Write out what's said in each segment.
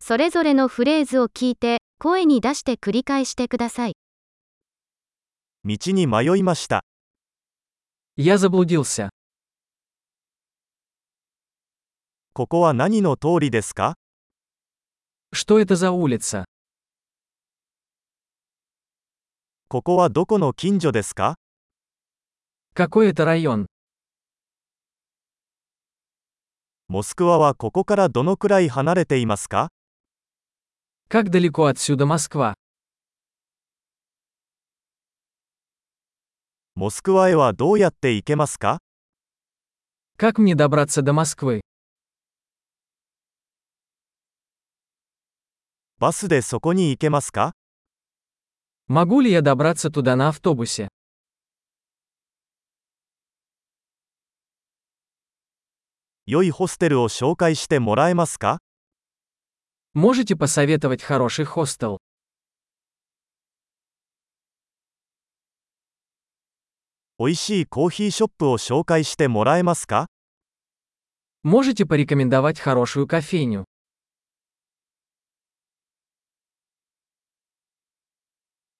それぞれのフレーズを聞いて、声に出して繰り返してください。道に迷いました。 Я заблудился. ここは何の通りですか Что это за улица? ここはどこの近所ですか Какой это район? モスクワはここからどのくらい離れていますか Как далеко отсюда Москва? モスクワへはどうやって行けますか Как мне добраться до Москвы? バスでそこに行けますか Могу ли я добраться туда на автобусе? 良いホステルを紹介してもらえますか Можете посоветовать хороший хостел? 美味しいコーヒーショップを紹介してもらえますか Можете порекомендовать хорошую кофейню?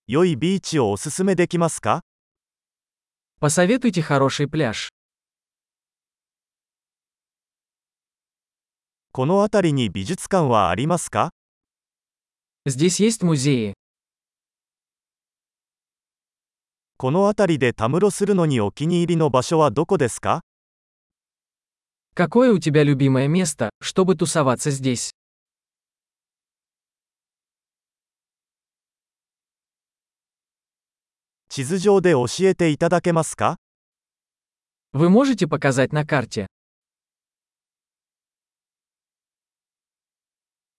良いビーチをおすすめできますか Посоветуйте хороший пляж. この辺りに美術館はありますか Здесь есть музеи. この辺りでたむろするのにお気に入りの場所はどこですか Какое у тебя любимое место, чтобы тусоваться здесь? 地図上で教えていただけますか Вы можете показать на карте?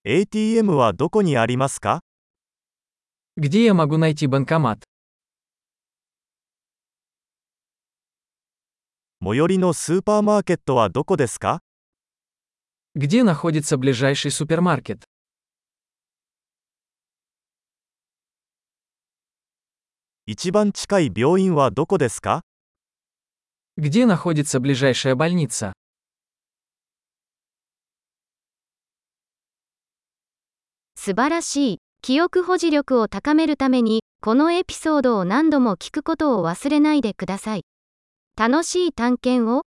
ATM はどこにありますか Где я могу найти банкомат? 最寄りのスーパーマーケットはどこですか Где находится ближайший супермаркет? 一番近い病院はどこですか Где находится ближайшая больница? 素晴らしい。記憶保持力を高めるために、このエピソードを何度も聞くことを忘れないでください。楽しい探検を。